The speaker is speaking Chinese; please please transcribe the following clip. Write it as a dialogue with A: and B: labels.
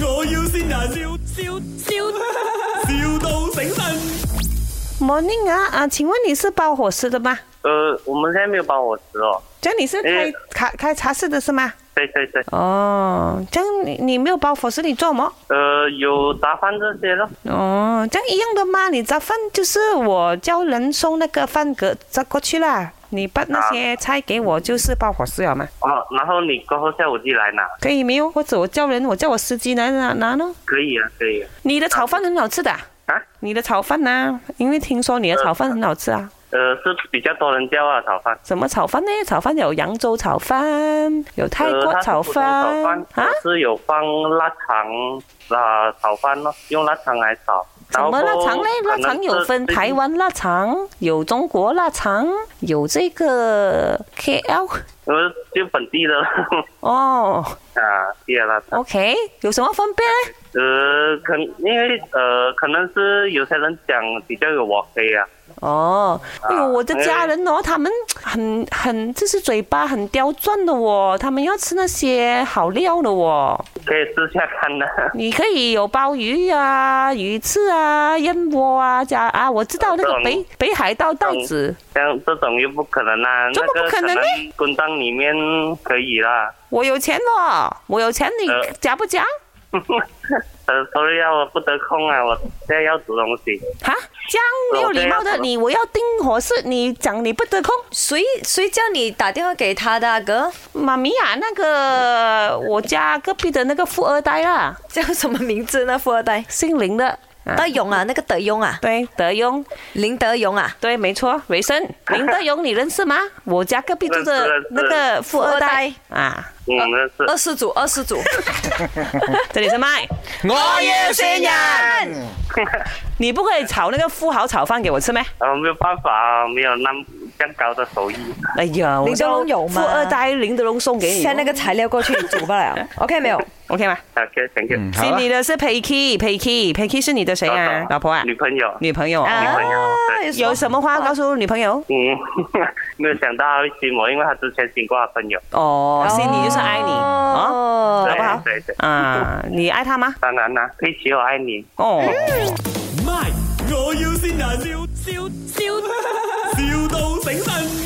A: 要先人，笑笑笑，,笑到醒神。
B: Morning 啊啊，请问你是包伙食的吗？
C: 呃，我们现在没有包伙食哦。
B: 这样你是开
C: 嗯
B: 开开茶室的是吗？
C: 对对对，
B: 哦，这样你你没有包伙食，你做什么？
C: 呃，有杂饭这些咯。
B: 哦，这样一样的吗？你早饭就是我叫人送那个饭盒再过去啦，你把那些菜给我，就是包伙食了嘛，
C: 哦，然后你过后下午寄来拿，
B: 可以没有？或者我叫人，我叫我司机来拿拿呢？
C: 可以啊，可以啊。
B: 你的炒饭很好吃的啊、
C: 啊
B: 你的炒饭呐、因为听说你的炒饭很好吃啊。
C: 呃，是比较多人叫啊，炒饭。
B: 什么炒饭呢？炒饭有扬州炒饭，有泰
C: 呃，
B: 国
C: 它是
B: 炒
C: 普通炒
B: 饭啊
C: 饭，它是有放腊肠啊、炒饭咯，用腊肠来炒。
B: 什么腊肠呢？
C: 然后
B: 腊肠有分
C: 可能是
B: 台湾腊肠，有中国腊肠，有这个 KL
C: 呃，就本地 的
B: 哦
C: 啊，对了，
B: ，OK，有什么分别呢？
C: 呃，可因为呃，可能是有些人讲比较有我黑啊，
B: 哦，哎呦，
C: 啊
B: 我的
C: 没有
B: 家人哦，他们很很就是嘴巴很刁钻的哦，他们要吃那些好料的哦。
C: 可以试下看的。
B: 你可以有鲍鱼啊、鱼翅啊、燕窝啊，加啊，我知道那个
C: 这种
B: 北北海道稻
C: 种
B: 子，
C: 像这种又不可能啦、
B: 怎么
C: 那个
B: 不可能呢
C: 能滚档里面可以啦。
B: 我有钱哦，我有钱，你
C: 呃
B: 夹不夹？
C: 呃，sorry 啊，我不得空啊，我现在要煮东西。
B: 哈，这样没有礼貌
C: 我这
B: 的
C: 样子
B: 你，我要订伙食，你讲你不得空。
D: 谁谁叫你打电话给他的、啊、哥？
B: 妈咪啊，那个我家隔壁的那个富二代啦，
D: 叫什么名字呢？富二代，
B: 姓林的，啊、
D: 德勇啊，那个德勇啊，
B: 对，德庸，
D: 林德勇啊，
B: 对，没错，维生，林德庸你认识吗？我家隔壁住的
C: 认识
B: 那个富二代
D: 富
B: 啊，
C: 嗯，那是
D: 二世祖，二世祖。
B: 这里是麦，
A: 我要先人，
B: 你不可以炒那个富豪炒饭给我吃咩？
C: 呃，没有办法啊，没有那么这样高的手艺。
B: 哎呀，我
D: 林德
B: 说
D: 龙有吗
B: 富二代林德龙送给你哦
D: 塞那个材料过去，你煮 不了。OK 没有？
B: ，OK 吗？
C: OK，thank you。
A: 嗯，好
B: 是
A: 了
B: 你，的是 Peki，Peki，Peki 是你的谁
C: 找
B: 啊
C: 找？
B: 老婆啊？
C: 女朋友。
B: 女朋友哦。
C: 女朋友
D: 啊
C: 对
B: 有什么话告诉女朋友？
C: 嗯， 没有想到他会亲我，因为他之前亲过他朋友。
B: 哦，心里就是爱你哦，
D: 哦
C: 对
B: 好不好
C: 对对，
B: 啊，你爱他吗？
C: 当然啦，佩奇我爱你。
B: 哦。
A: 卖，我要先人，笑笑笑，,笑到醒神。